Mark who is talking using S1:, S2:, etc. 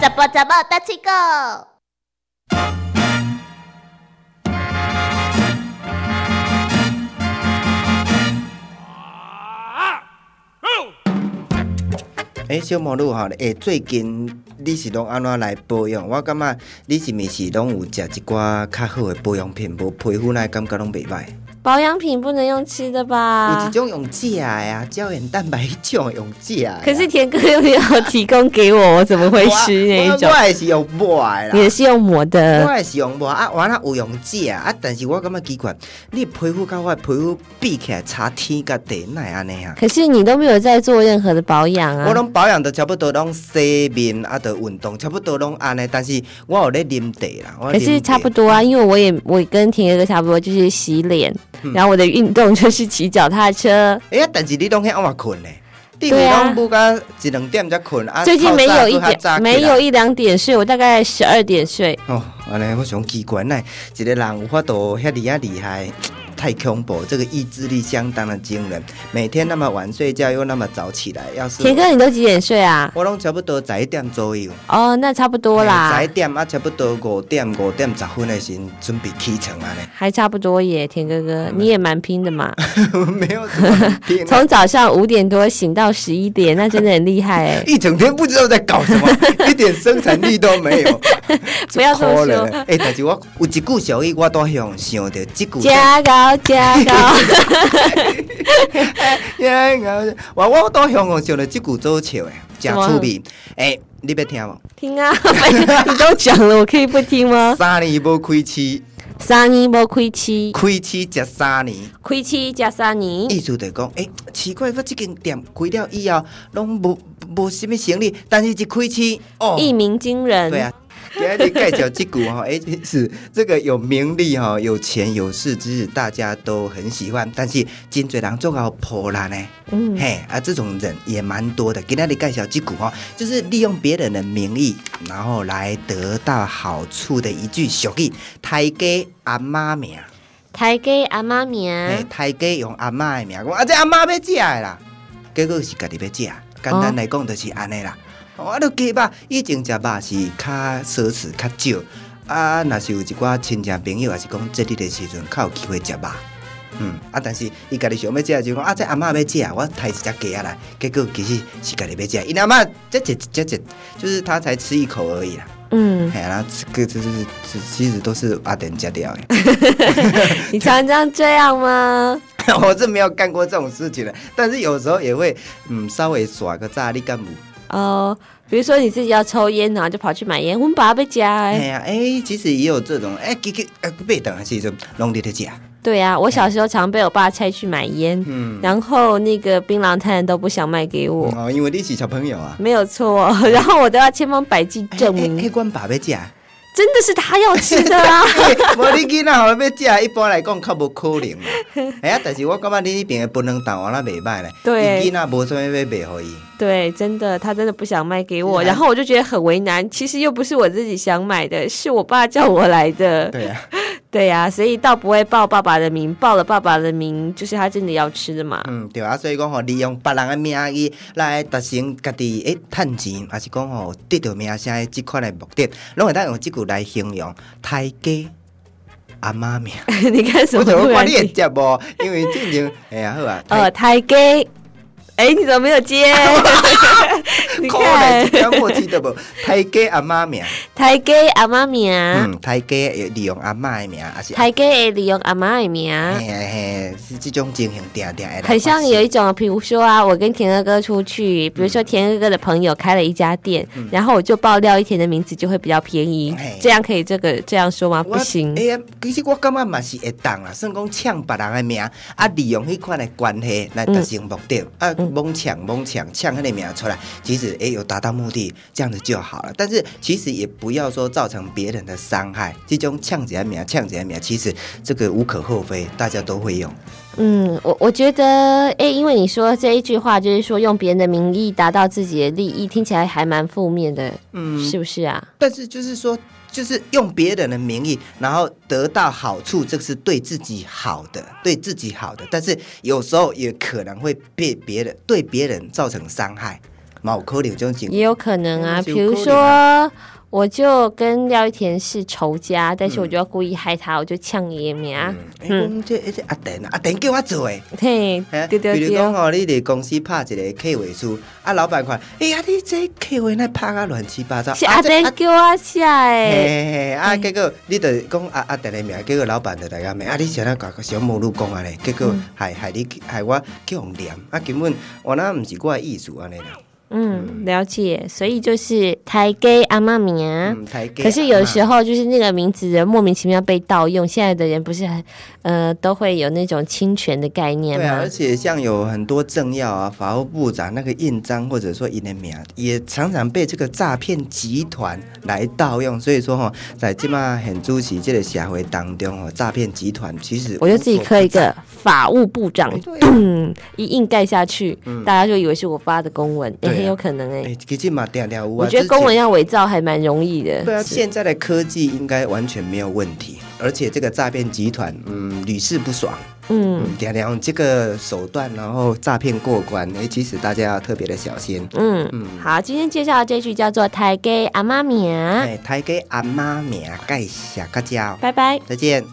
S1: 怎么怎么大七个？
S2: 诶、小魔女吼，诶、最近你是拢安怎来保养？我感觉你是毋是拢有食一寡较好诶保养品，无皮肤那感觉拢袂歹。
S3: 保养品不能用吃的
S2: 有
S3: 吧
S2: 一？种用食诶啊，胶原蛋白 迄种用食诶啊。
S3: 可是田哥又没有提供给我，我怎么会吃那一
S2: 我啊
S3: 种
S2: 我？我也是用抹诶
S3: 你
S2: 啦
S3: 的。是用抹的，
S2: 我也是用抹啊，我那有用食啊，但是我感觉奇怪，你的皮肤甲我的皮肤比起来差天甲地，哪会安尼啊？
S3: 可是你都没有在做任何的保养
S2: 我
S3: 啊。
S2: 拢保养得差不多，拢洗面啊，得运动，差不多拢安尼。但是我有咧啉茶啦，我
S3: 可是差不多啊，因为我也我跟田哥差不多，就是洗脸，
S2: 嗯
S3: 然后我的运动就是骑脚踏车。
S2: 哎呀，但是你拢遐晚困咧，你
S3: 对啊
S2: 拢不到一两点才困啊。
S3: 最近没有一
S2: 透早搁较早
S3: 点，
S2: 起来
S3: 没有一两点睡，我大概十二点睡。
S2: 哦，安尼我想奇怪，那一个人有法度遐尼啊厉害，太恐怖！这个意志力相当的惊人，每天那么晚睡觉又那么早起来，要是
S3: 田哥，你都几点睡啊？
S2: 我拢差不多十一点左右。
S3: 哦，那差不多
S2: 嘿
S3: 啦
S2: 十一，点啊，差不多五点五点十分的时候准备起床安尼。
S3: 还差不多耶，田哥
S2: 嗯
S3: 哥，你也蛮拼的嘛，
S2: 没有什么变啊。
S3: 从早上五点多醒到十一点，那真的很厉害哎
S2: 一整天不知道在 搞什么，一点生产力都没有。
S3: 不 要这么
S2: 可怜
S3: 说
S2: 的。哎、但是我有一句俗语，我都想想到这句。
S3: 加高加高，
S2: 我我都想想到这句做笑的，真
S3: 什
S2: 趣
S3: 么
S2: 味。哎、你要听无？
S3: 听啊！ 你都讲了，我可以不听 吗？
S2: 三年无开市，
S3: 三年无亏七，
S2: 开市食三年。
S3: 亏七加三年，
S2: 意思就讲，哎、奇怪，我这间店开了以后，拢无无什么生意，但是一开市，哦，
S3: 一鸣惊人。
S2: 对啊，给大家介绍这股哈，哎、是这个有名利哈，有钱有势之日，大家都很喜欢。但是真侪人做到破烂呢，
S3: 嗯，
S2: 嘿啊，这种人也蛮多的。给大家介绍这股哈，就是利用别人的名义，然后来得到好处的一句俗语：抬家阿妈名，
S3: 台给阿妈
S2: 哎、
S3: 名，
S2: 抬家用阿妈的名，讲啊，这阿妈要食的啦，结果是家己要食。简单来讲，就是安尼啦。哦，啊，你鸡肉以前食肉是较奢侈、较少。啊，若是有一寡亲戚朋友，也是讲节日的时阵，较有机会食肉。嗯，啊，但是伊家己想要食，就讲啊，这阿嬷要食，我杀一只鸡仔来。结果其实是家己要食，因阿嬷这一这一，就是他才吃一口而已啦。
S3: 嗯，
S2: 哎、然后这个就是这其实都是阿典食掉的。
S3: 你常常这样吗？
S2: 我是没有干过这种事情的，但是有时候也会嗯稍微耍个诈力干部。
S3: 哦，比如说你自己要抽烟，然后就跑去买烟，我们把它被夹
S2: 哎
S3: 哎。
S2: 呀，哎、其实也有这种哎，给给哎，被等的是一种拢在吃。
S3: 对啊，我小时候常被我爸拆去买烟，
S2: 嗯，
S3: 然后那个槟榔摊都不想卖给我，
S2: 哦，因为你是小朋友啊，
S3: 没有错。 然后我都要千方百计证
S2: 哎、
S3: 明，
S2: 阮爸要 食，哎
S3: 真的是他要吃的啊。
S2: 无你囡仔吼要食，一般来讲较无可能啦。哎呀，但是我感觉你那边的不能蛋黄啊那袂歹咧，
S3: 对
S2: 伊囡仔无啥物要卖互伊。
S3: 对，真的，他真的不想卖给我，
S2: 是啊
S3: 然后我就觉得很为难。其实又不是我自己想买的，是我爸叫我来的。
S2: 对啊，
S3: 对呀、所以倒不会报爸爸的名，报了爸爸的名，就是他真的要吃的嘛。
S2: 嗯对啊，所以讲吼，利用别人的名义来达成家己诶趁钱，还是讲吼得到名声的即款的目的，拢会当用即句来形容太家阿妈 名。
S3: 你看什
S2: 我
S3: 么
S2: 就
S3: 突
S2: 会看
S3: 然
S2: 你
S3: 间？
S2: 会接无，因为进前 哎呀好啊，
S3: 呃，台给，哎，你怎么没有 接？你
S2: 可能一
S3: 看，啊
S2: 点默契 都无。太家阿妈名，
S3: 台给阿妈名，啊
S2: 嗯，太家会利用阿嬷的名，还是
S3: 台给会利用阿妈的名。啊
S2: 嘿嘿，是这种情形定定会来
S3: 很像
S2: 发生
S3: 有一种，比如说啊，我跟田哥哥出
S2: 嗯
S3: 去，比如说田哥哥的朋友开了一家店，然后我就爆料一田的名字就会比较便宜
S2: 哎，
S3: 这样可以这个这样说吗？
S2: 我
S3: 不行
S2: 哎，呀，其实我感觉嘛是会当啦，算讲抢别人的名，啊，利用迄款的关系来达成目的，
S3: 嗯
S2: 啊，猛抢猛抢抢那个名出来，其实哎有达到目的，这样子就好了。但是其实也不要说造成别人的伤害，这种抢人家名抢人家名，其实这个无可厚非，大家都会用。
S3: 嗯，我我觉得，哎，因为你说这一句话就是说用别人的名义达到自己的利益，听起来还蛮负面的，
S2: 嗯，
S3: 是不是啊？
S2: 但是就是说，就是用别人的名义，然后得到好处，这是对自己好的，对自己好的。但是有时候也可能会被别人对别人造成伤害，毛可能这种情
S3: 也有可能啊，
S2: 嗯
S3: 比如
S2: 有可能
S3: 说。我就跟廖一田是仇家，但是我就要故意害他，我就呛爷爷啊
S2: 嗯，，哎我们这这阿田啊，阿田叫我做的。
S3: 嘿
S2: 嘿，
S3: 对对
S2: 哎比如讲
S3: 对，
S2: 吼，你伫公司拍一个客户书，啊，老板看，哎呀，你这客户那拍啊乱七八糟，
S3: 是
S2: 啊
S3: 阿
S2: 这
S3: 珍叫我下哎
S2: 嘿
S3: 诶，
S2: 嘿嘿，啊，结果你就讲啊啊，第个名，结果老板就来个名，啊，你想那搞个小母女讲安尼，结果
S3: 嗯
S2: 害害你害我去互念，啊，根本我那毋是我的意思安尼啦，
S3: 嗯，了解，所以就是台给阿妈名。
S2: 嗯，太假
S3: 可是有时
S2: 啊
S3: 候就是那个名字的莫名其妙被盗用，现在的人不是很呃都会有那种侵权的概念
S2: 对啊，
S3: 吗
S2: 而？且像有很多政要啊、法务部长那个印章，或者说印的名，也常常被这个诈骗集团来盗用。所以说哈、在这嘛很主席这个社会当中哦，诈骗集团其实
S3: 我就自己刻一个嗯法务部长
S2: 哎对啊，
S3: 咚一硬盖下去，大家就以为是我发的公文，也
S2: 对啊
S3: 很有可能哎、
S2: 哎，其实嘛，点点有啊。
S3: 我觉得
S2: 之前
S3: 公文要伪造还蛮容易的，
S2: 对啊，
S3: 是
S2: 现在的科技应该完全没有问题，而且这个诈骗集团，嗯，屡试不爽，
S3: 嗯
S2: 嗯，点点用这个手段，然后诈骗过关，哎，其实大家要特别的小心。
S3: 嗯好，今天介绍的这句叫做“台给阿妈名啊
S2: 哎哎，台给阿妈名介绍个教，
S3: 拜拜。
S2: 再见。